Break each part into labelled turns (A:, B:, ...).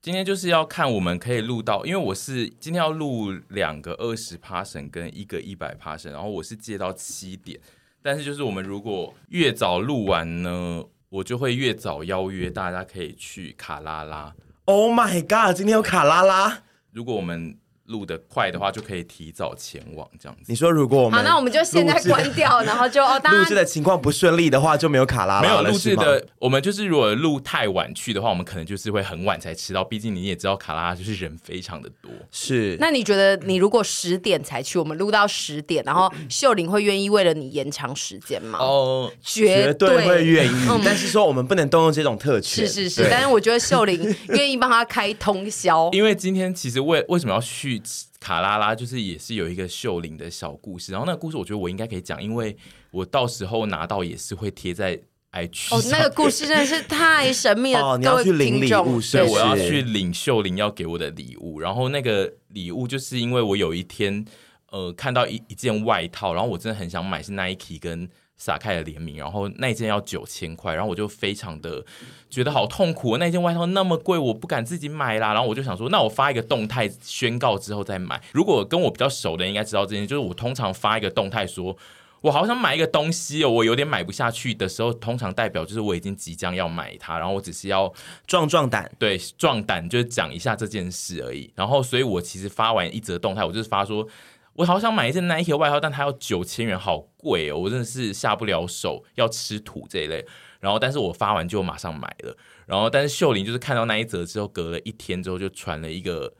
A: 今天就是要看我们可以录到，因为我是今天要录两个二十 p a s s o n 跟一个一百 p a s s o n 然后我是借到七点，但是就是我们如果越早录完呢，我就会越早邀约大家可以去卡拉拉。
B: Oh my god！今天有卡拉拉，
A: 如果我们录得快的话，就可以提早前往这样子。
B: 你说如果我们
C: 好，那我们就现在
B: 录制
C: 关掉，然后就哦，大
B: 录制
C: 家
B: 的情况不顺利的话，就没有卡拉拉
A: 没有
B: 了
A: 录
B: 是
A: 制
B: 吗
A: 的，我们就是如果录太晚去的话，我们可能就是会很晚才吃到。毕竟你也知道，卡拉拉就是人非常的多。
B: 是
C: 那你觉得你如果十点才去，我们录到十点，然后秀玲会愿意为了你延长时间吗？
A: 哦，
C: 绝
B: 绝对会愿意
C: 嗯，
B: 但是说我们不能动用这种特权。
C: 是是是
B: 对，
C: 但是我觉得秀玲愿意帮他开通 宵。
A: 因为今天其实为为什么要去卡拉拉，就是也是有一个秀玲的小故事。然后那个故事我觉得我应该可以讲，因为我到时候拿到也是会贴在 IG 上。
C: 哦，那个故事真的是太神秘了，
B: 哦你
C: 各
B: 要
C: 位
B: 去领
C: 听众
B: 礼物是
A: 对，
B: 不
C: 对
B: 是
A: 我要去领秀玲要给我的礼物。然后那个礼物就是因为我有一天呃看到一一件外套，然后我真的很想买，是 Nike 跟。撒开的联名，然后那一件要九千块，然后我就非常的觉得好痛苦，那一件外套那么贵，我不敢自己买啦。然后我就想说，那我发一个动态宣告之后再买。如果跟我比较熟的人应该知道这件事，就是我通常发一个动态说，我好想买一个东西哦，我有点买不下去的时候，通常代表就是我已经即将要买它，然后我只是要
B: 壮壮胆，
A: 对，壮胆就是讲一下这件事而已。然后，所以我其实发完一则动态，我就是发说，我好想买一件 Nike 的外套，但它要九千元，好贵哦，我真的是下不了手，要吃土这一类。然后，但是我发完就马上买了。然后，但是秀玲就是看到那一则之后，隔了一天之后就传了一个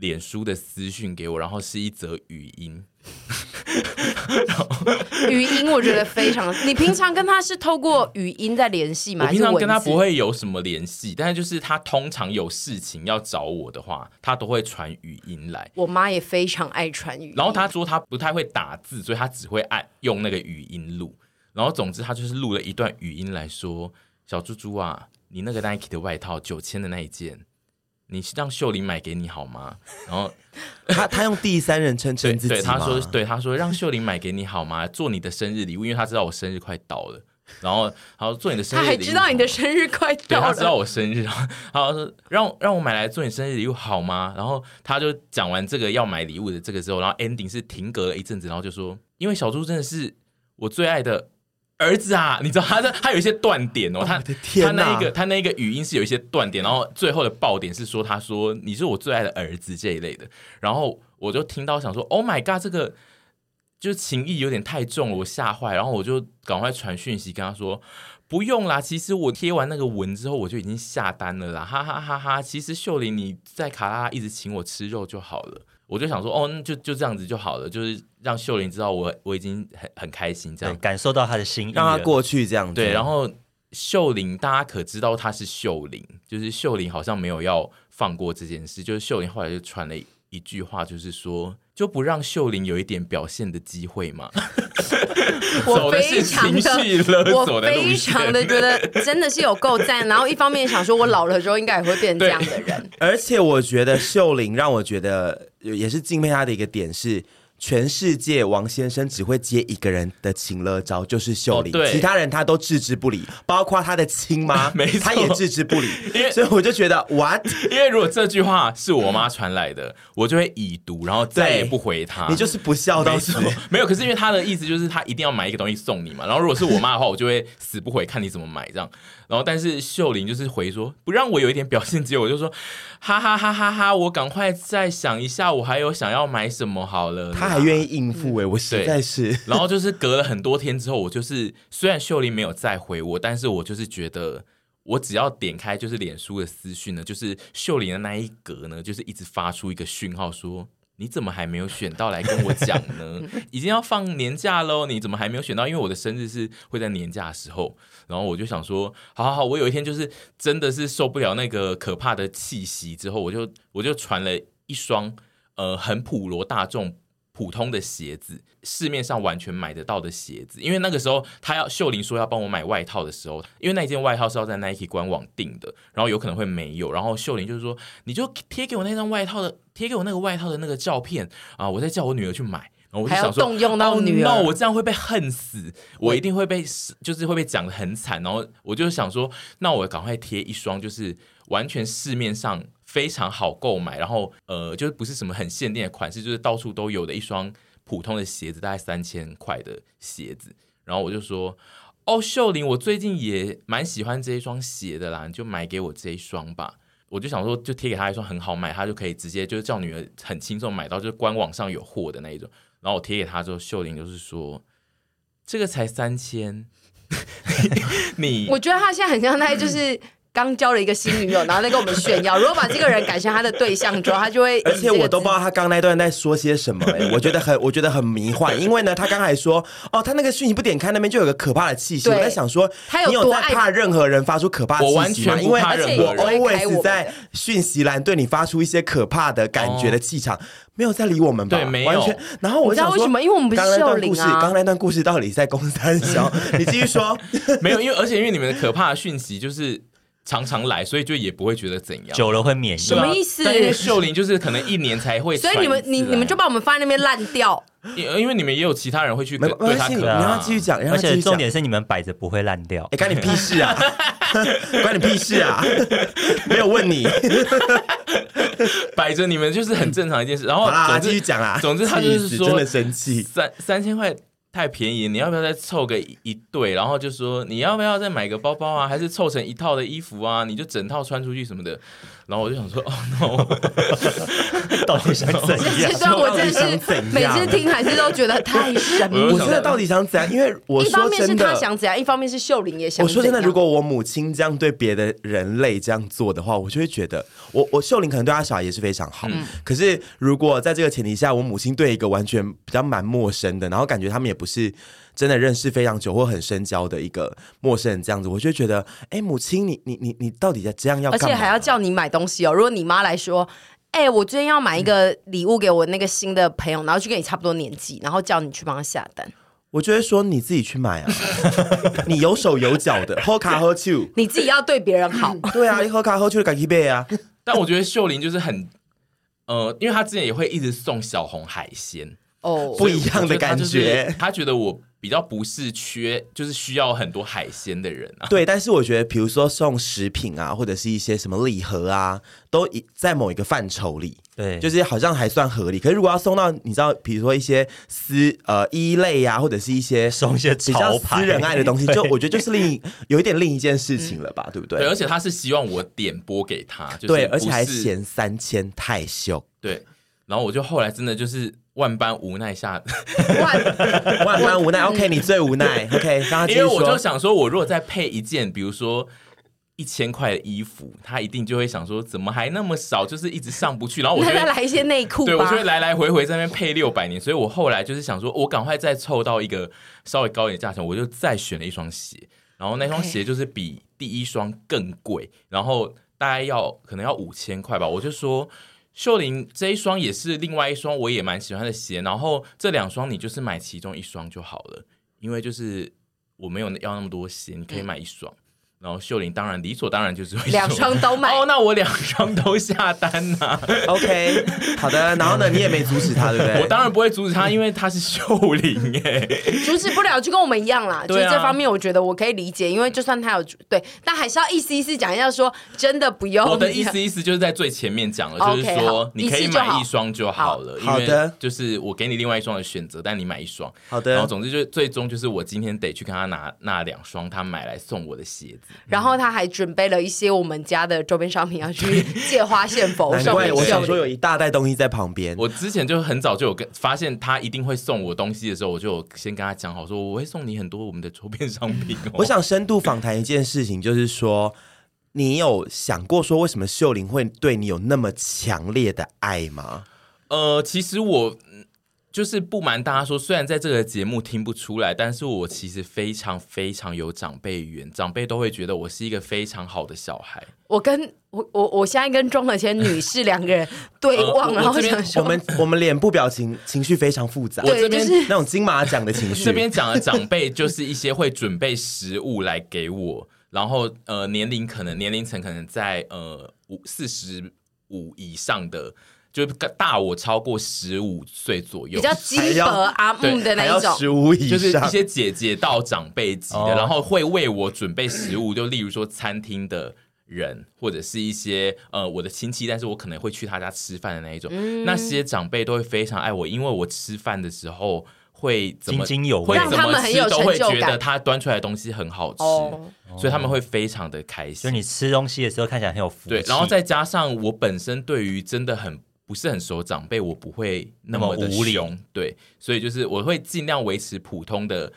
A: 脸书的私讯给我，然后是一则语音。
C: 语音我觉得非常。 你平常跟他是透过语音在联系吗？
A: 我平常
C: 还是文字
A: 跟他不。会有什么联系，但是就是他通常有事情要找我的话，他都会传语音来。
C: 我妈也非常爱传语音，
A: 然后他说他不太会打字，所以他只会按用那个语音录。然后总之他就是录了一段语音来说：“小猪猪啊，你那个 Nike 的外套九千的那一件，你让秀玲买给你好吗？”然后
B: 他他用第三人称
A: 对
B: 称自己
A: 对他
B: 吗
A: 说对他说让秀玲买给你好吗？做你的生日礼物，因为他知道我生日快到了。然后然后做你的生
C: 他
A: 日礼
C: 还
A: 物，
C: 知道你的生日快
A: 对
C: 到
A: 他
C: 了，
A: 知道我生 日，然后然后说让让我买来做你生日礼物好吗？然后他就讲完这个要买礼物的这个之后，然后 ending 是停格了一阵子，然后就说，因为小猪真的是我最爱的儿子啊，你知道他的 他有一些断点哦，他
B: 我的天
A: 他那
B: 哪
A: 一个他那一个语音是有一些断点，然后最后的爆点是说他说你是我最爱的儿子这一类的，然后我就听到想说 Oh my god 这个。就是情意有点太重了，我吓坏，然后我就赶快传讯息跟他说，不用啦，其实我贴完那个文之后，我就已经下单了啦， 哈哈哈哈！其实秀玲你在卡拉拉一直请我吃肉就好了，我就想说，哦，那就就这样子就好了，就是让秀玲知道我我已经很很开心这
D: 对，
B: 哎
A: 样。
D: 感受到他的心意，
B: 让他。过去这样子，
A: 对，然后秀玲大家可知道她是秀玲，就是秀玲好像没有要放过这件事，就是秀玲后来就传了一句话，就是说就不让秀玲有一点表现的机会嘛，走
C: 我
A: 的
C: 非
A: 是
C: 常
A: 情
C: 的
A: 绪勒索
C: 我
A: 的路线，
C: 非常的觉得真的是有够赞，然后一方面想说，我老了之后应该也会变成这样 的人，
B: 而且我觉得秀玲让我觉得呃也是敬佩她的一个点是，全世界王先生只会接一个人的情勒招，就是秀
A: 哦
B: 玲，
A: 对
B: 其他人他都置之不理，包括他的亲妈
A: 没错，
B: 他也置之不理
A: 因为，
B: 所以我就觉得 what。
A: 因为如果这句话是我妈传来的，我就会已读，然后再也不回她。
B: 你就是不孝道
A: 啊没
B: 死
A: 错，没有。可是因为她的意思就是她一定要买一个东西送你嘛。然后如果是我妈的话，我就会死不回，看你怎么买这样。然后但是秀玲就是回说不让我有一点表现机会，我就说哈哈哈哈哈，我赶快再想一下，我还有想要买什么好了。
B: 他还愿意应
A: 嗯
B: 付哎、我实在是
A: 然后就是隔了很多天之后，我就是虽然秀玲没有再回我，但是我就是觉得，我只要点开就是脸书的私讯呢，就是秀玲的那一格呢，就是一直发出一个讯号说。你怎么还没有选到来跟我讲呢？已经要放年假喽，你怎么还没有选到？因为我的生日是会在年假的时候，然后我就想说，好好好，我有一天就是真的是受不了那个可怕的气息之后，我就我就传了一双呃很普罗大众普通的鞋子，市面上完全买得到的鞋子。因为那个时候，他要秀玲说要帮我买外套的时候，因为那件外套是要在 Nike 官网订的，然后有可能会没有。然后秀玲就是说，你就贴给我那张外套的，贴给我那个外套的那个照片啊，我再叫我女儿去买。然后我就
C: 还要
A: 想说，
C: 动用到女儿
A: o 我这样会被恨死，我一定会被，就是会被讲的很惨。然后我就想说，那我赶快贴一双，就是完全市面上非常好购买，然后呃，就是不是什么很限定的款式，就是到处都有的一双普通的鞋子，大概三千块的鞋子。然后我就说，哦，秀玲，我最近也蛮喜欢这一双鞋的啦，你就买给我这一双吧。我就想说，就贴给她一双很好买，她就可以直接就是叫女儿很轻松买到，就是官网上有货的那一种。然后我贴给她之后，秀玲就是说，这个才三千， 你
C: 我觉得他现在很像那，就是刚交了一个新女友，然后在跟我们炫耀。如果把这个人改成他的对象之后，他就会以 这
B: 而
C: 个姿。
B: 且我都不知道他刚那段在说些什么、欸，我觉得很，我觉得很迷幻。因为呢，他刚才说，哦，他那个讯息不点开那边就有个可怕的气息，
C: 对
B: 我在想说，
C: 他有
B: 你有
C: 多
B: 在
C: 爱
B: 怕任何人发出可怕的
A: 我
B: 气息
A: 完
B: 吗？
A: 全不
B: 因为
A: 怕任何
B: 我
A: 人
C: 而且也不会开我们
B: always
C: 的
B: 在讯息栏对你发出一些可怕的感觉的气场，没有在理我们吧？
A: 哦对没有
B: 完全。然后我
C: 你知道
B: 想说
C: 为什么因为我们不是
B: 刚刚那段
C: 秀玲
B: 故事
C: 啊
B: 刚刚那段故事到底在公三 小？你继续说。
A: 没有，因为而且因为你们的可怕的讯息就是常常来，所以就也不会觉得怎样。啊
D: 久了会免疫。
C: 什么意思
A: 但因为秀玲就是可能一年才会
C: 所
A: 传一
C: 以
A: 次
B: 啊
A: 来，
C: 你们你你们就把我们放在那边烂 掉，
A: 因因为你们也有其他人会去
B: 没
A: 跟
B: 没
A: 对
B: 关
A: 他
B: 系，你
A: 可
B: 你
A: 怕
D: 能
B: 让
D: 啊
B: 他继续讲，让
D: 而
B: 他继续
D: 且重
B: 讲。
D: 点是你们摆着不会烂掉
B: 哎、。关你屁事 啊！关你屁事啊！ 没有问你，
A: 摆着你们就是很正常一件事。然后
B: 好啦，
A: 哦总
B: 继续
A: 之
B: 讲啦。
A: 总之他就
B: 气
A: 是
B: 死
A: 说
B: 真的生气。
A: 三三千块。太便宜，你要不要再凑个一一对？然后就说你要不要再买个包包啊？还是凑成一套的衣服啊？你就整套穿出去什么的。然后我就想说，哦 no，
D: 到底 想怎
C: 这
D: 样？
C: 段我
B: 到底
C: 真的
B: 想
C: 是
B: 怎
C: 每
B: 样
C: 次听还是都觉得太神秘
A: 我
B: 我
A: 就想
B: 真的
A: 说
C: 了。
B: 到底想怎样？因为 我
C: 一方
B: 说
C: 面是
B: 真
C: 他
B: 的，
C: 想怎样，一方面是秀玲也想怎样。
B: 我说真的，如果我母亲这样对别的人类这样做的话，我就会觉得，我我秀玲可能对她小孩也是非常好，
A: 嗯
B: 可是如果在这个前提下，我母亲对一个完全比较蛮陌生的，然后感觉他们也不是真的认识非常久或很深交的一个陌生人这样子，我就会觉得，哎、母亲，你你你你到底在这样要
C: 而
B: 哦干嘛？
C: 且还要叫你买东西哦。如果你妈来说，哎、我最近要买一个礼物给我那个新的朋友，然后去跟你差不多年纪，然后叫你去帮他下单，
B: 我就会说你自己去买啊，你有手有脚的，喝卡喝酒。
C: 你自己要对别人好。
B: 对啊，你喝卡喝酒的赶去背啊，
A: 但我觉得秀玲就是很，呃，因为她之前也会一直送小红海鲜，
C: 哦，
B: 不一样的感
A: 所以我觉得他就
B: 觉
A: 是。他觉得我比较不是缺，就是需要很多海鲜的人啊。
B: 对，但是我觉得，比如说送食品啊，或者是一些什么礼盒啊，都一在某一个范畴里，
D: 对，
B: 就是是好像还算合理。可是如果要送到你知道，比如说一些私呃一类啊，或者是一些
D: 送一些
B: 比较
D: 潮牌
B: 私人爱的 东西，就我觉得就是另一有一点另一件事情了吧，对不对？
A: 嗯对，而且他是希望我点播给他，就是
B: 对，
A: 不
B: 而且还
A: 是
B: 嫌三千太秀，
A: 对。然后我就后来真的就是万般无奈下，
C: 万
B: 万般无奈。OK，你最无奈。OK，让他继
A: 因
B: 续
A: 为我就
B: 说。
A: 想说，我如果再配一件，比如说。一千块的衣服，他一定就会想说，怎么还那么少，就是一直上不去。然后我就
C: 那
A: 会
C: 再来一些内裤啊
A: 对，我
C: 吧
A: 就。会来来回回在那边配六百年，所以我后来就是想说，我赶快再凑到一个稍微高一点的价钱，我就再选了一双鞋，然后那双
C: OK
A: 鞋就是比第一双更贵，然后大概要可能要五千块吧，我就说。秀玲这一双也是另外一双我也蛮喜欢的鞋，然后这两双你就是买其中一双就好了，因为就是我没有要那么多鞋，你可以买一双。然后秀玲当然理所当然就是会说
C: 嗯两双都买
A: 哦，那我两双都下单呐、
B: OK，好的。然后呢，你也没阻止他，对不 对？
A: 我当然不会阻止他，因为他是秀玲哎。
C: 阻止不了，就跟我们一样啦。就
A: 对
C: 是
A: 啊
C: 这方面，我觉得我可以理解，因为就算他有对，但还是要意思意思讲一下说真的不用。
A: 我的意思意思就是在最前面讲了，
C: 哦 OK，
A: 就是说
C: 好
A: 你可以买一双就好了，
B: 好
A: 因
B: 好的
A: 为就是我给你另外一双的选择，但你买一双。
B: 好
A: 然后
B: 的。
A: 总之就最终就是我今天得去跟他拿那两双他买来送我的鞋子。
C: 然后他还准备了一些我们家的周边商品要去借花献 佛，
B: 难
C: 送
B: 怪
C: 给
B: 我
C: 秀
B: 想说
C: 玲。
B: 有一大袋东西在旁边。
A: 我之前就很早就有跟发现他一定会送我东西的时候，我就有先跟他讲好说我会送你很多我们的周边商品、哦。
B: 我想深度访谈一件事情，就是说，你有想过说为什么秀玲会对你有那么强烈的爱 吗？
A: 呃，其实我嗯就是不瞒大家说，虽然在这个节目听不出来，但是我其实非常非常有长辈缘，长辈都会觉得我是一个非常好的小孩。
C: 我跟我我我现在跟庄和谦女士两个人对
A: 呃
C: 望，
A: 我
C: 然后
A: 我这边
C: 想说
B: 我们我们脸部表情情绪非常复杂，
A: 我这
C: 对，就
A: 边
C: 是
B: 那种金马奖的情绪。
A: 这边讲的长辈就是一些会准备食物来给我，然后呃年龄可能年龄层可能在呃五四十五以上的，就是大我超过十五岁左右，
C: 比较
B: 还
C: 鸡
B: 要
C: 婆阿木的那
B: 还
C: 一
B: 要
C: 种。
B: 十五以
A: 就是一
B: 上，
A: 些
D: 哦
A: 姐姐到长辈级的，然后会为我准备食物，就例如说餐厅的人或者是一些呃我的亲戚，但是我可能会去他家吃饭的那一种，
C: 嗯
A: 那些长辈都会非常爱我，因为我吃饭的时候会怎么
D: 津津有
A: 会
D: 味
C: 让，
A: 怎
C: 他
A: 么
C: 们很有
A: 吃都会
C: 成就
A: 觉得
C: 感
A: 他端出来的东西很好吃，
C: 哦
A: 所以他们会非常的开
D: 就
A: 心。
D: 你吃东西的时候看起来很有福气，
A: 对，然后再加上我本身对于真的很不是很熟长辈，我不会那么的
D: 那么无理
A: 凶，对，所以就是我会尽量维持普通的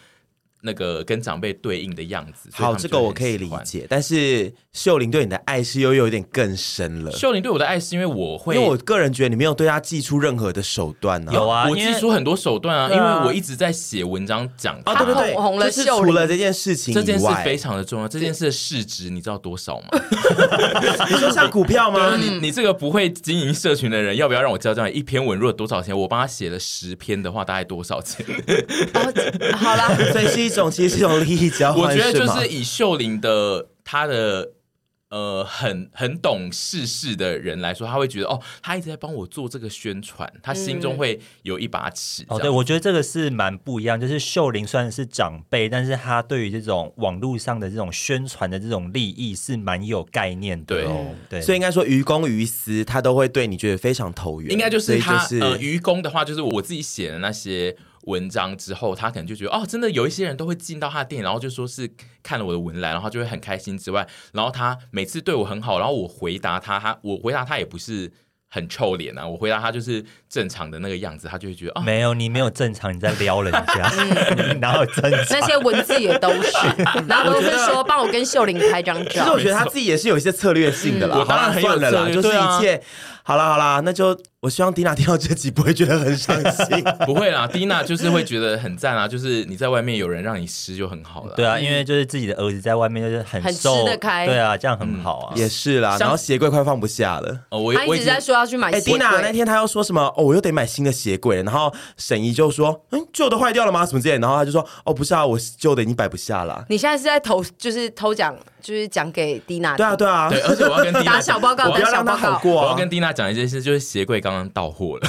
A: 那个跟长辈对应的样子。所以他
B: 好，
A: 们
B: 这
A: 就
B: 个
A: 会
B: 我可以
A: 很喜
B: 理
A: 欢。
B: 解，但是秀玲对你的爱是又有点更深了，
A: 秀玲对我的爱是因为我
B: 因
A: 会，
B: 为我个人觉得你没有对她寄出任何的手段呢、
D: 有啊，
A: 我
D: 因
A: 寄
D: 为
A: 出很多手段啊，
D: 对
A: 因
D: 啊
A: 为我一直在写文章讲
B: 啊，
A: 她
B: 对对对，
C: 她红红了
B: 就是
C: 秀
B: 除
C: 玲
B: 了这件事情以
A: 这
B: 外，嗯
A: 件事非常的重要，这件事的市值你知道多 少吗？
B: 你说像股票吗
A: 对？啊你你这个不会经营社群的人，要不要让我教教你一篇文如果多少钱？我帮他写了十篇的话，大概多少钱？
C: 哦，好啦，
B: 所以是一种，其实是一种利益交
A: 我
B: 换，
A: 觉得就
B: 哦吗
A: 是以秀玲的她的呃很很懂世事的人来说，他会觉得哦，他一直在帮我做这个宣传，他心中会有一把尺。
D: 哦，
A: 这
D: 对，
A: 样
D: 我觉得这个是蛮不一样。就是秀玲虽然是长辈，但是她对于这种网络上的这种宣传的这种利益是蛮有概念的哦。对，
B: 所以应该说于公于私，他都会对你觉得非常投缘。
A: 应该就是他、
B: 所以就
A: 呃，
B: 是
A: 愚公的话，就是我自己写的那些文章之后，他可能就觉得哦，真的有一些人都会进到他的店，然后就说是看了我的文来，然后他就会很开心。之外，然后他每次对我很好，然后我回答他，他我回答他也不是很臭脸啊，我回答他就是正常的那个样子，他就会觉得啊。
D: 没有你没有正常，你在撩人家， 你哪有正常？
C: 那些文字也都是，然后都是说帮我跟秀玲拍张
B: 其实
C: 照
B: 我，觉得他自己也是有一些策略性的啦。
A: 嗯我当然
B: 好啦
A: 很有
B: 算了啦，
A: 策略
B: 就是
A: 对啊
B: 一切好啦好啦，那就我希望迪娜听到这集不会觉得很伤心。
A: 不会啦，蒂娜就是会觉得很赞啊，就是你在外面有人让你吃就很好了。
D: 对啊，因为就是自己的儿子在外面就是很
C: 很吃
D: 受
C: 得开
D: 对啊，这样很好啊。
B: 也是啦，
A: 像
B: 然后鞋柜快放不下了。
A: 哦，我
C: 他
A: 我
C: 一
A: 已
C: 直
A: 经
C: 在说要去买
B: 哎，
C: 鞋
B: 迪娜那
C: 柜，
B: 天她又说什么？哦，我又得买新的鞋柜了。然后沈怡就说：“嗯，旧的坏掉了吗？什么之类的。”然后她就说：“哦，不是啊，我旧的已经摆不下了。
C: 你现在是在偷，就是偷讲，就是讲给蒂娜”
B: 对啊，对啊，
A: 对，而且我要跟蒂娜
C: 打小报告，
B: 我不要
C: 打小
B: 让她
C: 报
B: 好
C: 告。
B: 过
A: 我
B: 啊
A: 要。跟蒂娜讲一件事，就是鞋柜刚刚到货了。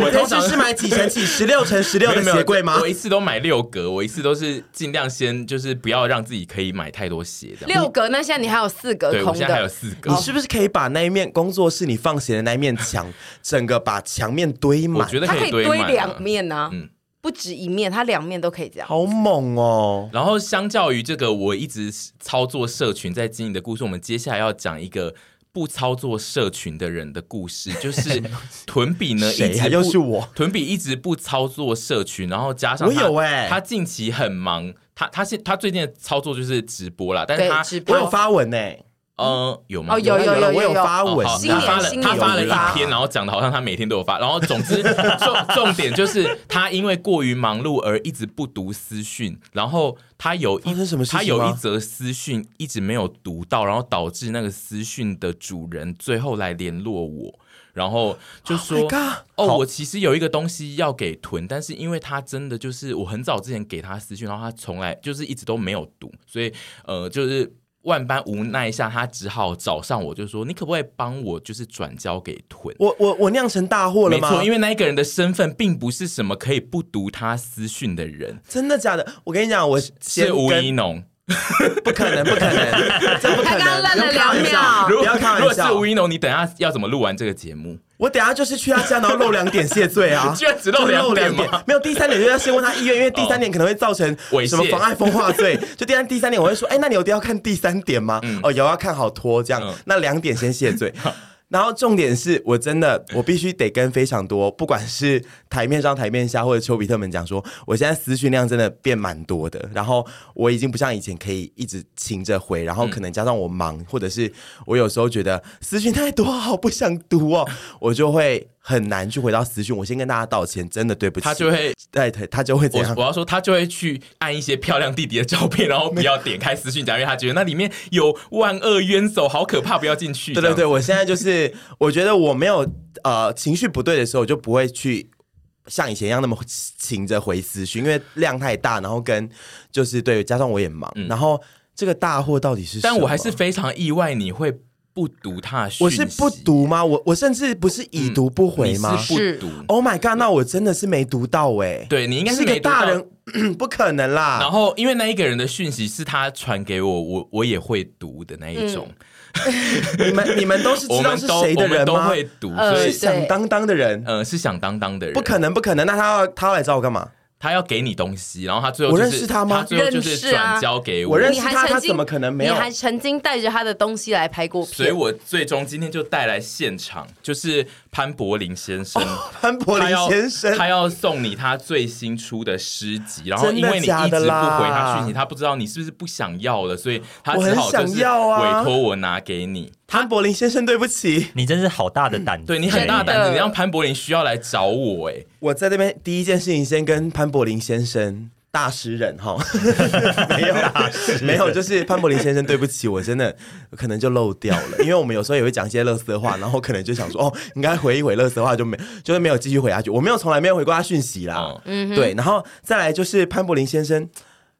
A: 我
B: 可以
A: 通
B: 试
A: 常
B: 试买几乘几、十六乘十六的
A: 没有
B: 鞋柜吗
A: 我？一次都买六格，我一次都是尽量先就是不要让自己可以买太多鞋这样。
C: 六格，那现在你还有四格
A: 对，我
C: 空
A: 现在还有
C: 的，
A: 四格
B: 你。是不是可以把那一面工作室你放鞋的那一面墙，整个把墙面堆
A: 我
B: 满？
A: 觉得
C: 它可以
A: 堆
C: 堆
A: 满啊
C: 两。面呢
A: 嗯，
C: 不止一面，它两面都可以这样。
B: 好猛哦！
A: 然后相较于这个，我一直操作社群在经营的故事，我们接下来要讲一个不操作社群的人的故事， 就是屯比呢，一
B: 谁呀、
A: 直
B: 又
A: 不
B: 是我。
A: 屯比一直不操作社群，然后加上
B: 我
A: 他
B: 有欸
A: 他近期很忙，他他是他最近的操作就是直播啦，但是
C: 对
A: 他
C: 直播
B: 我有发文呢、
A: 呃有吗？
C: 哦有
B: 有
C: 有
B: 我有
C: 有
B: 发
A: 哦
B: 文，
A: 好
C: 新
A: 他
C: 年
A: 发了
C: 新
A: 他
C: 年
A: 发了
C: 有发
A: 一篇，然后讲的好像他每天都有发，然后总 之重重点就是他因为过于忙碌而一直不读私讯，然后他有
B: 发生
A: 一
B: 什么事情
A: 他有一
B: 吗
A: 则私讯一直没有读到，然后导致那个私讯的主人最后来联络我。然后就说
B: Oh my god，
A: 哦，我其实有一个东西要给屯，但是因为他真的就是我很早之前给他私讯，然后他从来就是一直都没有读，所以呃，就是万般无奈下，他只好找上我，就说你可不可以帮我就是转交给屯？
B: 我我我酿成大祸了
A: 没
B: 吗？
A: 错，因
B: 为
A: 为那一个人的身份并不是什么可以不读他私讯的人，
B: 真的假的？我跟你讲，我先
A: 是吴一
B: 跟
A: 农。
B: 不可能，不可 能，这不可
C: 他
B: 能，
C: 刚刚愣了
B: 不要开
C: 两
B: 玩笑
C: 秒
A: 如果
B: 不要开
A: 如果
B: 玩
A: 是吴
B: 笑。
A: 一农，你等一下要怎么录完这个节目？
B: 我等下就是去他家，然后露两点谢罪 啊！
A: 居然只露两点
B: 点
A: 吗哦
B: 没有第三点就要先问他意愿，因为第三点可能会造成
A: 猥亵
B: 什么妨碍风化 罪。就第三第三点，我会说，哎、那你有一定要看第三点吗？哦，有要看好拖这样。
A: 嗯
B: 那两点先谢 罪。然后重点是我真的，我必须得跟非常多，不管是台面上、台面下，或者丘比特们讲说，我现在私讯量真的变蛮多的。然后我已经不像以前可以一直勤着回，然
A: 嗯
B: 后可能加上我忙，或者是我有时候觉得私讯太多，好不想读哦，我就会很难去回到私讯。我先跟大家道歉，真的对不起。
A: 他就会
B: 对，对他就会这
A: 我
B: 样
A: 我。要说，他就会去按一些漂亮弟弟的照片，然后不要点开私讯夹，因为他觉得那里面有万恶冤手，好可怕，不要进去。
B: 对对对，我现在就是， 我觉得我没有呃情绪不对的时候，我就不会去像以前一样那么勤着回私讯，因为量太大，然后跟就是对，加上我也忙，然后这个大祸到底是
A: 嗯
B: 什么？
A: 但我还是非常意外，你会不读他的讯
B: 我
A: 息嗯
B: 是不，读吗？我我甚至不是已读不回
A: 你
B: 吗、Oh
A: 是不读。
B: o h my god！那我真的是没读到哎、
A: 对你应该
B: 是
A: 没读
B: 个
A: 到
B: 大人， 啊不可能啦。
A: 然后，因为那一个人的讯息是他传给我，我我也会读的那一种，
B: 你们你们都是
A: 我
B: 嗯知道
A: 们
B: 是
A: 都
B: 谁的
A: 我们
B: 人
A: 都
B: 吗？
A: 会读，
C: 呃
A: 所
B: 是
A: 以
B: 响当当的人，
A: 呃是响当当的人，
B: 不可能不可能。那他要他要来找我干嘛？
A: 他要给你东西，然后他最后、
B: 我
A: 就是、
B: 认识他吗
A: 最后就是
C: 认识啊
A: 转交给
B: 我认识
C: 你还
B: 他
C: 曾
B: 他
C: 经
B: 怎么可能没有
C: 你还曾经带着他的东西来拍过片，
A: 所以我最终今天就带来现场，就是潘柏林先生。
B: 潘哦柏
A: 他
B: 林
A: 要
B: 先生，
A: 他要送你他最新出的诗集，然后
B: 真
A: 因
B: 的
A: 为你一
B: 假
A: 直不
B: 的
A: 回
B: 啦
A: 他讯息，他不知道你是不是不想要了，所以他
B: 我
A: 只
B: 很
A: 好就是
B: 想要啊
A: 委托我拿给你。
B: 潘柏林先生，对不起，
D: 你真是好大的胆子，
A: 嗯
D: 啊
A: 对你很大
C: 真
A: 胆
C: 的
A: 子，你让潘柏林需要来找我、哎，
B: 我在这边第一件事情先跟潘柏林先生。大诗人 哈，没有没有，就是潘柏林先生，对不起，我真的可能就漏掉了，因为我们有时候也会讲一些乐色话，然后可能就想说哦，应该回一回乐色话，就没就是没有继续回下去，我没有从来没有回过他讯息啦，
A: 哦
B: 对，然后再来就是潘柏林先生，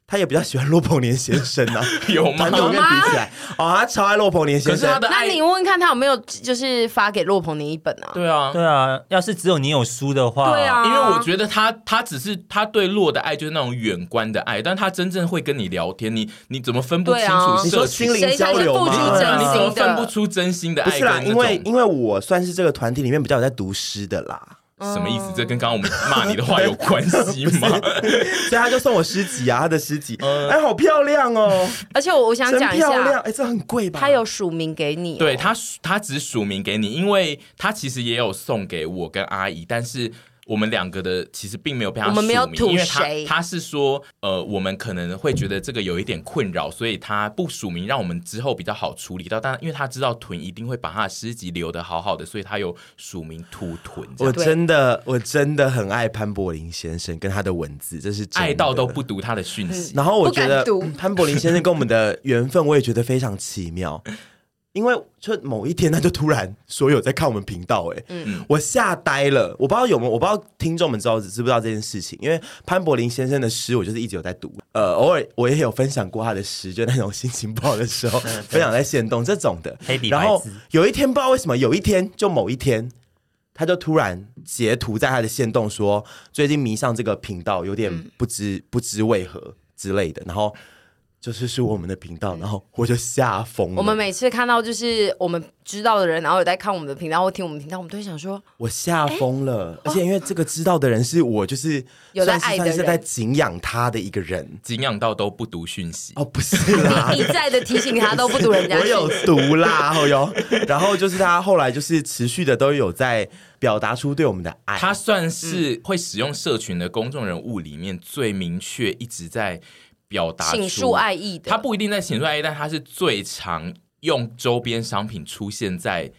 B: 他也比较喜欢骆鹏年先生 啊，
A: 有吗
B: 团？体里面比起来，哦，他超爱骆鹏年先
A: 可是
B: 生
A: 他，的
C: 那
A: 爱
C: 你，问问看他有没有就是发给骆鹏年一本啊？
A: 对啊，
D: 对啊，要是只有你有书的话，
C: 对啊，
A: 因为我觉得他他只是他对洛的爱就是那种远观的爱，但他真正会跟你聊天，你你怎么分不清
C: 对啊
A: 楚
B: 你
A: 社
B: 说
A: 群
B: 心灵交流
C: 谁才是付
B: 吗
C: 出？
A: 对啊你怎么
C: 真心的
A: 分不出真心的
B: 不
A: 爱
B: 是啦，
A: 跟那
B: 因为
A: 种
B: 因为我算是这个团体里面比较有在读诗的啦，
C: 嗯
A: 什么意思？这跟刚刚我们骂你的话有关系 吗？
B: 所以他就送我诗集啊，他的诗集，哎，好漂亮哦，
C: 而且我我想
B: 真
C: 讲一
B: 漂亮，
C: 下，
B: 哎，这很贵吧？
C: 他有署名给你、
A: 对，他署，他只署名给你，因为他其实也有送给我跟阿姨，但是我们两个的其实并没有被他
C: 我
A: 署
C: 们
A: 名，
C: 没有吐
A: 因为他
C: 谁
A: 他是说，呃，我们可能会觉得这个有一点困扰，所以他不署名，让我们之后比较好处理到。但因为他知道屯一定会把他的诗集留得好好的，所以他有署名图屯这
B: 我
A: 样。
C: 对
B: 真的，我真的很爱潘柏林先生跟他的文字，这是真的
A: 爱到都不读他的讯息，
B: 然后我觉得
C: 不敢读
B: 嗯潘柏林先生跟我们的缘分，我也觉得非常奇妙，因为就某一天他就突然所有在看我们频道、哎，
A: 嗯
B: 我吓呆了，我不知道有没有，我不知道听众们知道知不知道这件事情，因为潘柏林先生的诗我就是一直有在读，呃，偶尔我也有分享过他的诗，就那种心情不好的时候分享在线动这种的
D: 黑，底白
B: 然后
D: 字
B: 有一天不知道为什么，有一天就某一天。他就突然截图在他的线动说，最近迷上这个频道，有点
C: 嗯
B: 不知、不知为何之类的。然后就是是我们的频道，然后我就吓疯了。
C: 嗯我们每次看到就是我们知道的人，然后有在看我们的频道或听我们频道，我们都会想说，
B: 我吓疯了，而且因为这个知道的人是我，就是
C: 有
B: 算
C: 在
B: 是
C: 爱的
B: 算是
C: 人
B: 在敬仰他的一个 人。
A: 敬仰到都不读讯息。
B: 哦，不是啦，
C: 一再的提醒他都不读 人家
B: 我
C: 信，
B: 有毒啦， 哦哟。然后就是他后来就是持续的都有在表达出对我们的爱。
A: 他算是会使用社群的公众人物里面最明确，一直在表达
C: 倾
A: 出
C: 诉爱意的。
A: 他不一定在请出 A，但他是最常用周边商品出现在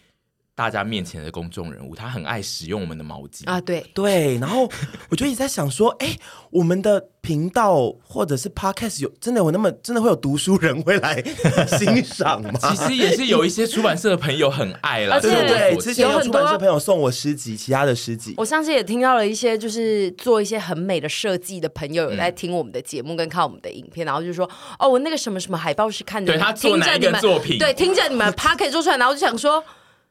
A: 大家面前的公众人物。他很爱使用我们的毛巾
C: 啊，对，
B: 对，然后我就一直在想说，哎、我们的频道或者是 podcast 有真的有那么真的会有读书人会来欣赏吗？
A: 其实也是有一些出版社的朋友很爱啦，
C: 而且
A: 这
B: 对对
A: 是我
B: 对，
A: 所
B: 之
A: 知
B: 前
C: 有
B: 有
C: 很
B: 出版
C: 多
B: 社朋友送我诗集，其他的诗集，
C: 我上次也听到了一些就是做一些很美的设计的朋友有在听我们的节目跟看我们的影片，然后就说哦，我那个什么什么海报是看着
A: 对
C: 你
A: 他做
C: 听
A: 哪
C: 着
A: 一
C: 你
A: 个
C: 们
A: 作品
C: 对，听着你们 p a 做出来，然后就想说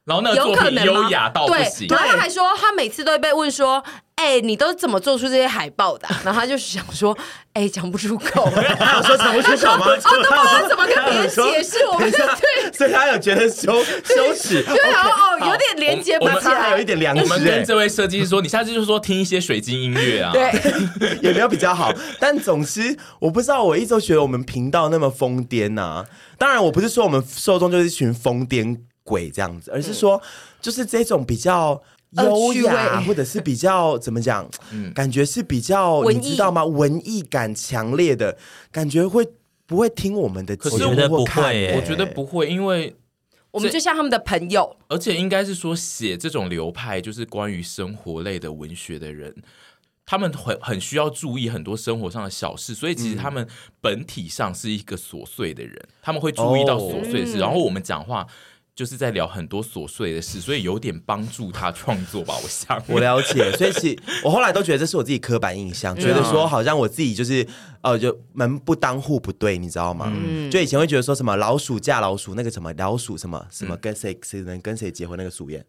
A: 然后那个
C: 有
A: 作
C: 可
A: 品
C: 能吗
A: 优雅到不
C: 对，
A: 行。
C: 然后他还说他每次都会被问说。哎、你都怎么做出这些海报的啊、 然后他就想说，哎、讲不出口， 哦，
B: 他有说讲不出口吗？
C: 都不知道怎么跟别人解释，我
B: 等
C: 们
B: 一
C: 就
B: 下
C: 对，
B: 所以他有觉得羞羞耻。
C: 对，然后哦，有点
A: 我
C: 连
A: 们
C: 接不
A: 我们
C: 起
B: 他还有
C: 来
B: 一。点良
A: 我们
B: 知、
A: 跟
B: 欸，
A: 这位设计师说，你下次就说听一些水晶音乐啊。
C: 对，
B: 也没有比较好。但总之，我不知道，我一直都觉得我们频道那么疯癫呐。当然，我不是说我们受众就是一群疯癫鬼这样子，而是说，就是这种比较。优
C: 嗯恶趣味 嗯
B: 雅， 或者是比较怎么讲，感觉是比较
C: 文
B: 你
C: 艺
B: 知道吗？文艺感强烈的感觉会不会听我们的节
A: 可
B: 目
A: 是
B: 或看？
A: 我觉
D: 得不会耶
A: 我觉得不会，因为
C: 我们就像他们的朋友，
A: 而且应该是说，写这种流派就是关于生活类的文学的人，他们很很需要注意很多生活上的小事，所以
B: 嗯
A: 其实他们本体上是一个琐碎的人，他们会注意到琐碎的事，
C: 哦
A: 然后我们讲话。就是在聊很多琐碎的事，所以有点帮助他创作吧，我 想。
B: 我了解，所以其实我后来都觉得这是我自己刻板印
A: 嗯
B: 象，觉得说好像我自己就是呃，就门不当户不对，你知道吗？
A: 嗯
B: 就以前会觉得说什么老鼠嫁老鼠，那个什么老鼠什么
A: 嗯
B: 什么跟谁谁能跟谁结婚那个鼠宴，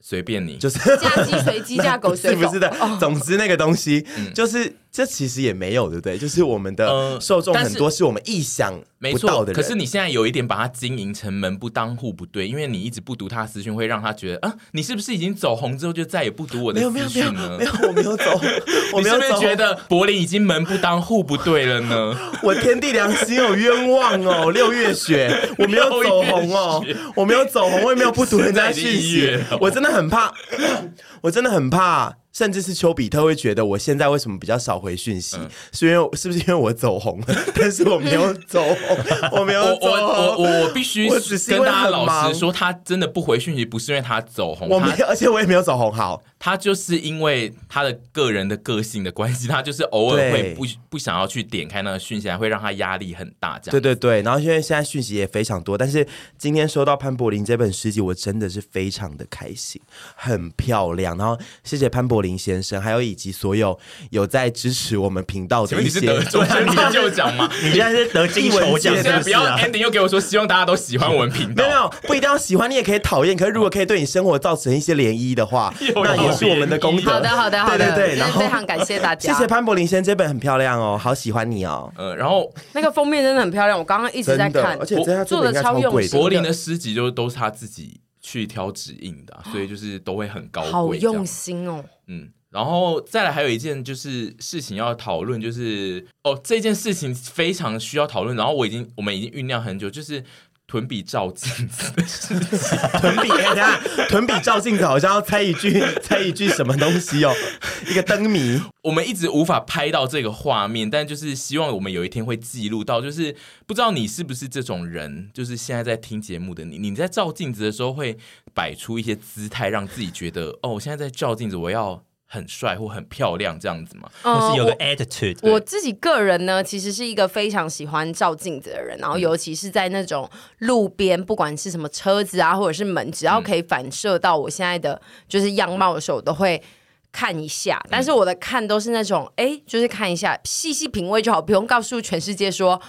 A: 随便你，
B: 就是
C: 嫁鸡随鸡，嫁狗随
B: 是
C: 狗，
B: 不是的
C: 哦，
B: 总之那个东西就是这其实也没有，对不对？就是我们的
A: 嗯呃
B: 受众
A: 但
B: 很
A: 是
B: 多是我们意想
A: 没
B: 不到
A: 错，
B: 的人。
A: 可是你现在有一点把它经营成门不当户不对，因为你一直不读他的私讯，会让他觉得啊，你是不是已经走红之后就再也不读我的
B: 没有没有
A: 私
B: 没有
A: 讯了
B: 没？有，我没有走，我
A: 你是
B: 没有
A: 不是
B: 走，
A: 觉得柏林已经门不当户不对了 呢？
B: 我天地良心有冤枉哦，六月雪，我没有走红哦
A: 六月雪，
B: 我没有走红，我也没有不读人家讯
A: 现在已经一月哦
B: 息
A: 了，
B: 我真的很怕，我真的很怕，甚至是丘比特会觉得我现在为什么比较少回讯息，
A: 嗯
B: 是因为是不是因为我走红？ 但是我没有走红，我没有
A: 我
B: 走
A: 我我
B: 红。
A: 我我必须
B: 我只是因
A: 跟
B: 为
A: 大家
B: 很
A: 老
B: 忙
A: 实说，他真的不回讯息，不是因为他走红，
B: 我没
A: 他
B: 有，而且我也没有走红。好，
A: 他就是因为他的个人的个性的关系，他就是偶尔
B: 对
A: 会不不想要去点开那个讯息，还会让他压力很大。这样
B: 对对对。然后因为现在讯息也非常多，但是今天收到潘柏林这本诗集，我真的是非常的开心，很漂亮。然后谢谢潘柏林先生，还有以及所有有在支持我们频道
A: 请
B: 的
A: 问
B: 一
A: 你是得
B: 些。
A: 终身成就奖吗？
D: 你现在是得金球 奖
A: 现
D: 是
A: 在
D: 不
A: 不
D: 是
A: 要
D: 啊？
A: ending 又给我说希望大家都喜欢我们频
B: 没
A: 道
B: 有没。有，不一定要喜欢，你也可以讨厌。可是如果可以对你生活造成一些涟漪的话，
A: 有
B: 那也是我们的功
A: 涟
B: 德。
A: 漪
C: 好的，好的，好的，
B: 对对对
C: 真
B: 然
C: 的
B: 后
C: 非常感谢大
B: 谢
C: 家。
B: 谢潘柏林先生，这本很漂亮哦，好喜欢你哦，
A: 呃，然后
C: 那个封面真的很漂亮，我刚刚一直
B: 真
C: 在
B: 的
C: 看，，
B: 而且真的它真
C: 做
B: 的
C: 得
B: 应该
C: 超
B: 超
C: 用
B: 贵
C: 心
A: 柏林的诗集就都是他自己去挑指印的啊、所以就是都会很高
C: 好
A: 贵这样。
C: 用心哦。
A: 嗯，然后再来还有一件就是事情要讨论，就是哦这件事情非常需要讨论，然后我已经我们已经酝酿很久，就是屯比照镜子的事情。
B: 臀比，哎等一下臀比照镜子好像要猜一句，猜一句什么东西哦，一个灯谜。
A: 我们一直无法拍到这个画面，但就是希望我们有一天会记录到。就是不知道你是不是这种人，就是现在在听节目的你，你在照镜子的时候会摆出一些姿态，让自己觉得哦，我现在在照镜子，我要很帅或很漂亮这样子嘛。
D: 或是有个
C: 嗯
D: attitude，
C: 我我自己个人呢，其实是一个非常喜欢照镜子的人，
A: 嗯
C: 然后尤其是在那种路边，不管是什么车子啊，或者是门，
A: 嗯
C: 只要可以反射到我现在的就是样貌的时候，我都会。看一下，
A: 嗯
C: 但是我的看都是那种，哎、就是看一下，细细品味就好，不用告诉全世界说，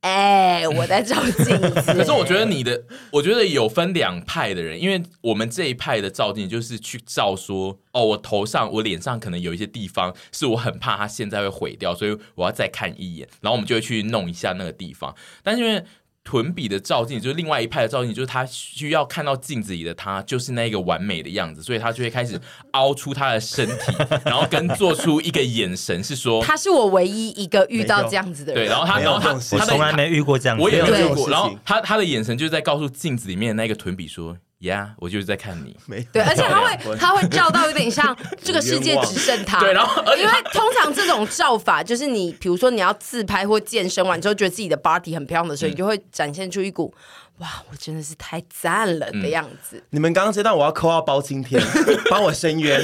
C: 哎、我在照镜子。
A: 可是我觉得你的，我觉得有分两派的人，因为我们这一派的照镜就是去照说，哦，我头上、我脸上可能有一些地方是我很怕它现在会毁掉，所以我要再看一眼，然后我们就会去弄一下那个地方。但是因为臀比的照镜，就是另外一派的照镜，就是他需要看到镜子里的他就是那个完美的样子，所以他就会开始凹出他的身体，然后跟做出一个眼神是说，
C: 他是我唯一一个遇到这样子的人。
A: 对，然后他，
B: 没有
A: 然后他
B: 这种事
A: 他
B: 情
D: 我
A: 的
D: 从来没遇过这样子。
A: 我也
B: 没
A: 没
B: 有
C: 这
A: 有
B: 种
A: 遇
B: 事
A: 过。然后
B: 情
A: 他他的眼神就是在告诉镜子里面的那个臀比说：“呀，我就是在看你。
B: 没有
C: 对，而且他
B: 我
C: 会他会照到有点像这个世界只剩他。
A: 对然后而且
C: 因为通常这种照法就是你，比如说你要自拍或健身完之后，觉得自己的 body 很漂亮的时候，你就会展现出一股哇，我真的是太赞了的样子。
B: 你们刚刚知道我要扣到包青天，帮我申冤，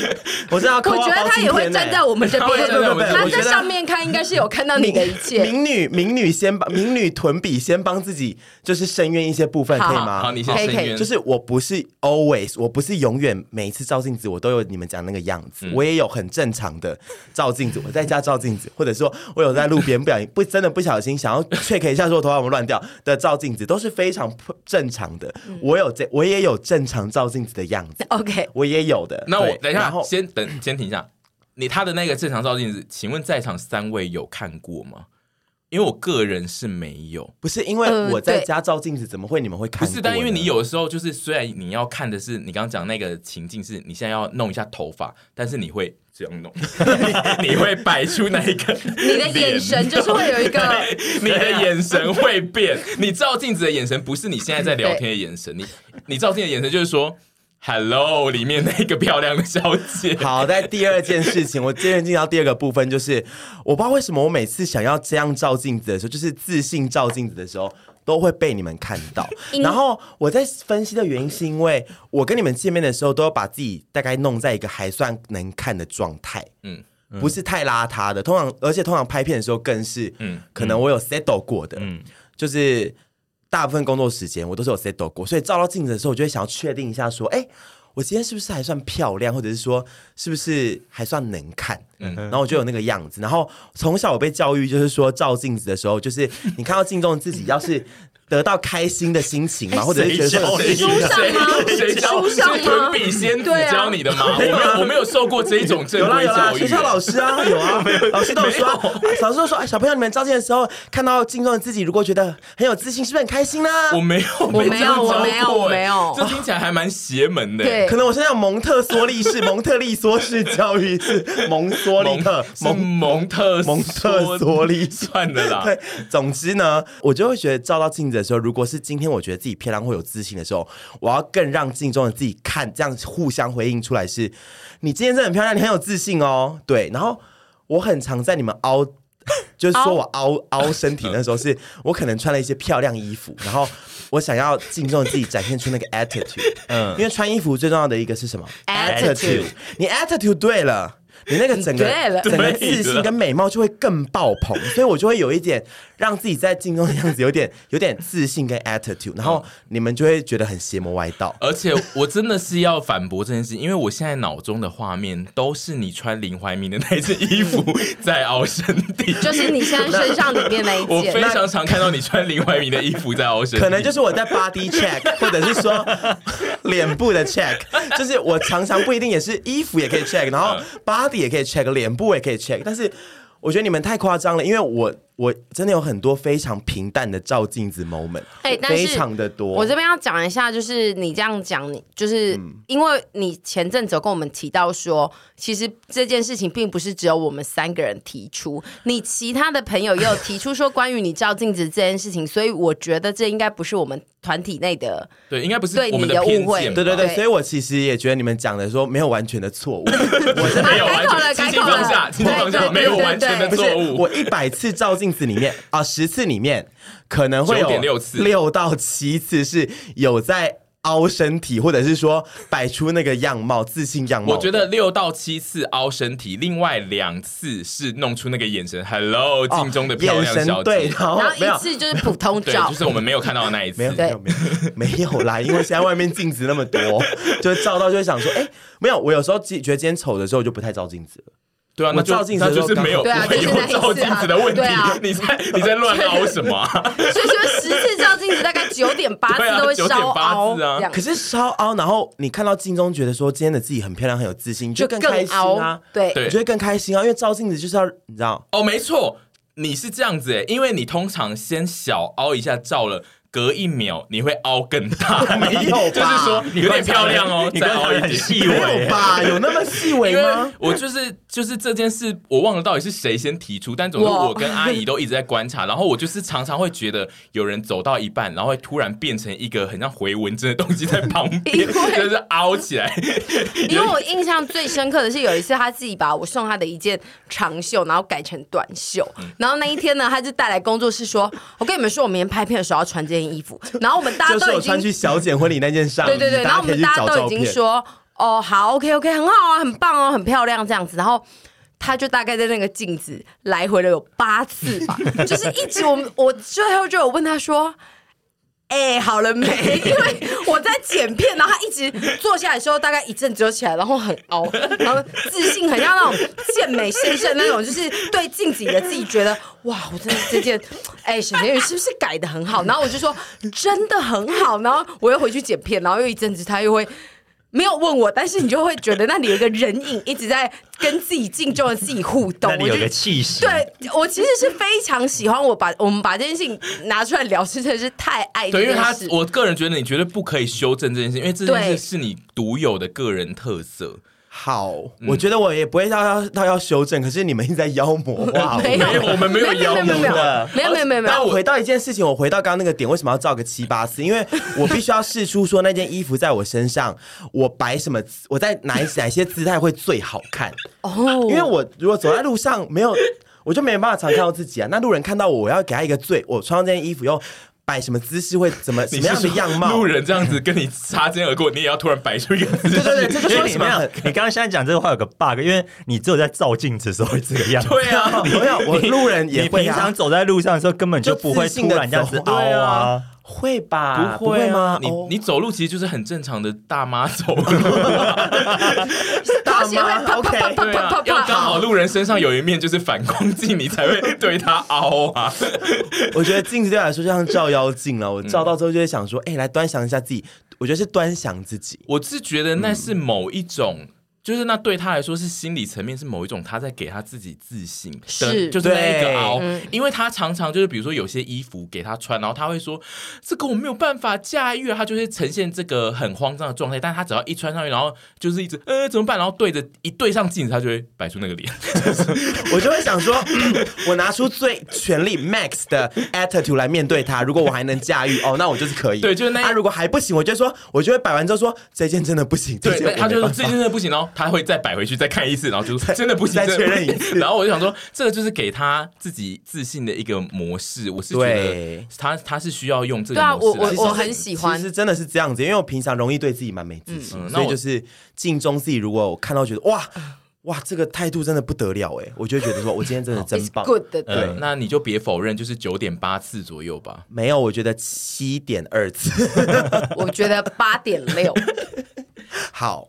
B: 我真的要扣 到包
C: 我
B: 青
C: 觉
B: 天、欸
C: 得他也会站在我们这
A: 他会
C: 边，
A: 站在我们这边
C: 他
A: 我觉
C: 在
B: 得
C: 上面看应该是有看到你的一 切。
B: 民女民女先帮民女臀比先帮自己就是申冤一些部分
C: 好
B: 可以”
A: 好，
B: 吗
A: 好，？你先
C: 可以
A: 伸
C: 可以
A: 冤。
B: 啊就是我不是 always，我不是永远每一次照镜子我都有你们讲那个样子，
A: 嗯
B: 我也有很正常的照镜子，我在家照镜子，或者说我有在路边不小心不真的不小心想要 check 一下说我头发有没有乱掉的照镜子，都是非常正常的。
A: 嗯
B: 我有这我也有正常照镜子的样子，
C: OK，
B: 我也有的。
A: 那我
B: 对
A: 等一下
B: 然后，
A: 先等先停一下。你他的那个正常照镜子，请问在场三位有看过吗？因为我个人是没有。
B: 不是因为
C: 呃
B: 我在
C: 对
B: 家照镜子，怎么会你们会
A: 不
B: 看过呢？
A: 是，但因为你有的时候就是，虽然你要看的是你刚刚讲那个情境，是你现在要弄一下头发，但是你会这样弄， 你你会摆出那一个
C: 你的眼神就是会有一个
A: 对 你的眼神会变。你照镜子的眼神不是你现在在聊天的眼神，你你照镜子的眼神就是说 “hello” 里面那个漂亮的小姐。
B: 好，在第二件事情，我接着进到第二个部分，就是我不知道为什么我每次想要这样照镜子的时候，就是自信照镜子的时候。都会被你们看到，
C: 因
B: 然后我在分析的原因是因为我跟你们见面的时候，都要把自己大概弄在一个还算能看的状态，嗯
A: 嗯，
B: 不是太邋遢的。通常，而且通常拍片的时候更是，嗯
A: 嗯，
B: 可能我有 settle 过的，嗯
D: 嗯，
B: 就是大部分工作时间我都是有 settle 过，所以照到镜子的时候，我就会想要确定一下，说，哎、我今天是不是还算漂亮，或者是说是不是还算能看？然后我就有那个样子。然后从小我被教育就是说，照镜子的时候，就是你看到镜中的自己，要是得到开心的心情嘛，或者是觉
D: 谁
B: 得
D: 教
B: 说
D: 你
C: 书上吗
A: 谁教？
C: 书上吗
A: 是屯比仙子
C: 对啊
A: 教你的吗？我没有，我没有受过这一种正
B: 有啦
A: 规
B: 有啦，
A: 教育。
B: 学校老师 啊，有啊，老师都有说啊，老师都说，哎，小朋友你们照镜的时候看到镜中的自己，如果觉得很有自信，是不是很开心呢？
A: 我没有，
C: 没有
A: 这样
C: 我
A: 教
C: 没有
A: 过
C: 我
A: 欸
C: 没有
A: 这听起来还蛮邪门的欸。
C: 对
B: 可能我现在有蒙特梭利式、蒙特利梭式教育是蒙梭利
A: 蒙
B: 特
A: 是
B: 蒙
A: 蒙特
B: 蒙特梭利
A: 算了啦。
B: 对，总之呢，我就会觉得照到镜子的时候，如果是今天我觉得自己漂亮或有自信的时候，我要更让镜中的自己看，这样互相回应出来是，你今天真的很漂亮，你很有自信哦。对，然后我很常在你们凹。就是说我凹凹身体那时候是，我可能穿了一些漂亮衣服，然后我想要镜中的自己展现出那个 attitude，嗯，因为穿衣服最重要的一个是什么
C: Attitude
B: 你 attitude 对了，你那个整个
C: 对了
B: 整个自信跟美貌就会更爆棚，所以我就会有一点让自己在镜中的样子有点 有点自信跟 attitude，然后你们就会觉得很邪魔歪道。
A: 而且我真的是要反驳这件事，因为我现在脑中的画面都是你穿林怀民的那件衣服 在凹身体，
C: 嗯就是你现在身上里面那一
A: 我
C: 件
A: 非。常常看到你穿林怀民的衣服在凹身体，
B: 可能就是我在 body check，或者是说脸部的 check，就是我常常不一定也是衣服也可以 check，然后 body 也可以 check，脸部也可以 check，但是我觉得你们太夸张了，因为我我真的有很多非常平淡的照镜子 moment，
C: 哎但
B: 非
C: 是
B: 常的多。
C: 我这边要讲一下，就是你这样讲，你就是
B: 嗯
C: 因为你前阵子有跟我们提到说，其实这件事情并不是只有我们三个人提出，你其他的朋友也有提出说关于你照镜子这件事情，所以我觉得这应该不是我们团体内的。
A: 对，应该不是
C: 对
A: 我们
C: 你的
A: 偏
C: 误会
A: 见吧，
B: 对对对，
C: 对
B: 所以我其实也觉得你们讲的说没有完全的错误，
A: 我 是没有
C: 改
A: 完
C: 口了
A: 全，
C: 改
A: 轻
C: 口
A: 轻放下，
C: 了
A: 轻轻放
C: 对
A: 下，
C: 对
A: 没有完全的
C: 对
B: 不是
A: 错误。
B: 我一百次照镜子里面啊，十次里面可能会有
A: 9.6次
B: 六到七次是有在凹身体，或者是说摆出那个样貌、自信样貌。
A: 我觉得六到七次凹身体，另外两次是弄出那个眼神，Hello，
B: 哦
A: 镜中的漂
B: 眼
A: 亮
B: 神
A: 小
B: 对，
A: 姐
B: 然，后
C: 然后
B: 哦没有
C: 一次就是普通
A: 对，
C: 照
A: 就，是我们没有看到的那一
B: 没有
A: 次。
B: 没
C: 对
B: 有没有没有啦，因为现在外面镜子那么多，就照到就会想说，哎、没有。我有时候觉得今天丑的时候，我就不太照镜子了。
A: 对啊，那就
B: 我照镜子
A: 那
B: 的时
A: 就
B: 候
A: 是没有
C: 刚好
A: 没有照镜子的问题
C: 对啊。
A: 你在 你在乱凹什么啊？
C: 所以说十次照镜子大概九点八
A: 对
C: 次
A: 啊
C: 都会烧凹，
A: 9.8次啊
C: 这样
B: 可是稍凹，然后你看到镜中觉得说今天的自己很漂亮、很有自信，你就
C: 就
B: 更
C: 更
B: 开心啊
C: 凹。，对
A: 对
B: 你就会更开心啊，因为照镜子就是要你知道，
A: 哦，没错，你是这样子诶，因为你通常先小凹一下照了。隔一秒你会凹更大，
B: 没有吧
A: 就是说有点漂亮哦，
D: 你
A: 再
D: 观
A: 凹
D: 察
A: 一
D: 得
A: 点
D: 很。细
B: 没
D: 微
B: 有，吧？有那么细微
A: 因为
B: 吗？
A: 我就是就是这件事，我忘了到底是谁先提出，但总之
C: 我
A: 我跟阿姨都一直在观察，然后我就是常常会觉得有人走到一半，然后会突然变成一个很像回纹针的东西在旁边，
C: 因为
A: 就是凹起来，
C: 因为我印象最深刻的是有一次他自己把我送他的一件长袖，然后改成短袖。
B: 嗯
C: 然后那一天呢，他就带来工作室说：“我跟你们说，我明天拍片的时候要穿这件衣服。”然后我们大 家
B: 就是
C: 都
B: 我
C: 已经
B: 穿去小姐婚礼那件上衣，
C: 对对对，然后我
B: 可以
C: 们
B: 去
C: 大
B: 找
C: 家都
B: 照
C: 已
B: 片
C: 经。说：“哦，好，OK OK，很好啊，很棒哦，很漂亮这样子。”然后。他就大概在那个镜子来回了有八次吧， 就是一直我们我最后就有问他说：“哎、好了没？” 因为我在剪片，然后他一直坐下来的时候，大概一阵子就起来，然后很凹，然后自信很像那种健美先生那种，就是对镜子里的自己觉得哇，我真的这件哎，沈天宇是不是改的很好？然后我就说真的很好，然后我又回去剪片，然后又一阵子他又会。没有问我，但是你就会觉得那里有一个人影一直在跟自己镜中的自己互动
D: 那，里
C: 我
D: 有
C: 就
D: 个气息，
C: 对我其实是非常喜欢我把我们把这件事情拿出来聊，是真的是太爱
A: 对，
C: 这
A: 因为
C: 件
A: 他
C: 事。
A: 我个人觉得你绝对不可以修正这件事，因为这件事
C: 对
A: 是你独有的个人特色。
B: 好，我觉得我也不会到要到要修正，可是你们一直在妖魔化我。
C: 没
A: 没有，我们没有
C: 没有
A: 妖
C: 没有
A: 魔
C: 没有
A: 的。
C: 没有没有没有没
B: 但
C: 有，
B: 我回到一件事情，我回到刚刚那个点，为什么要照个七八次？因为我必须要试出说那件衣服在我身上，我摆什么，我在哪哪些姿态会最好看。
C: 哦，
B: 因为我如果走在路上没有，我就没办法常看到自己啊。那路人看到我，我要给他一个最，我穿上这件衣服又摆什么姿势会怎么什
A: 你是
B: 么样的
A: 说
B: 样貌？
A: 路人这样子跟你擦肩而过，你也要突然摆出一个姿势？
B: 对对对，这就是
D: 因
B: 为
D: 为
B: 什
D: 你
B: 么
D: 没有
B: 很，
D: 你刚刚现在讲这个话有个 bug，因为你只有在照镜子的时候会这个样子。
A: 对啊，
B: 没有，我路人也
D: 你
B: 会
D: 平
B: 啊
D: 常。走在路上的时候根本就不会突然这样子凹啊，
A: 会吧？
B: 不会
A: 啊
B: 吗
A: 你
B: 哦
A: 你走路其实就是很正常的大妈 走路，
C: 大协会啪啪啪
A: 对
C: 啪
A: 啊
C: 啪，
A: 要
C: 啪
A: 刚好
C: 啪，
A: 路人身上有一面就是反光镜，你才会对他凹啊。
B: 我觉得镜子对我来说就像照妖镜了，我
A: 嗯
B: 照到之后就会想说，哎、来端详一下自己。我觉得是端详自己，
A: 我是觉得那是某一种。就是那对他来说是心理层面是某一种他在给他自己自信的，
C: 是
A: 就是那一
B: 对
A: 个凹，因为他常常就是比如说有些衣服给他穿，然后他会说这个我没有办法驾驭啊，他就会呈现这个很慌张的状态，但他只要一穿上去，然后就是一直呃怎么办，然后对着一对上镜子，他就会摆出那个脸，
B: 我就会想说，嗯我拿出最全力 max 的 attitude 来面对它。如果我还能驾驭，哦，那我就是可以。
A: 对就是那
B: 啊，如果还不行，我就说，我就会摆完之后说，这件真的不行，这
A: 对，
B: 件
A: 那
B: 我
A: 他就
B: 没
A: 说
B: 办
A: 这
B: 法
A: 件真的不行，然后他会再摆回去再看一次，然后就说真的不行，
B: 再
A: 真的不
B: 确认一
A: 行
B: 次
A: 然后我就想说，这个就是给他自己自信的一个模式。我是觉得
B: 对
A: 他他是需要用这个
C: 对啊
A: 模式来
C: 我
A: 做
C: 我很喜欢
B: 其实真的是这样子，因为我平常容易对自己蛮没自信，
A: 嗯嗯那
B: 所以
A: 我
B: 就是镜中自己，如果我看到觉得哇哇这个态度真的不得了哎，我就会觉得说我今天真的真
C: It's
B: 棒。
C: good 的，
A: 对
C: 对，，
A: 那你就别否认，就是九点八次左右吧。
B: 没有，我觉得七点二次
C: 我觉得八点六，
B: 好。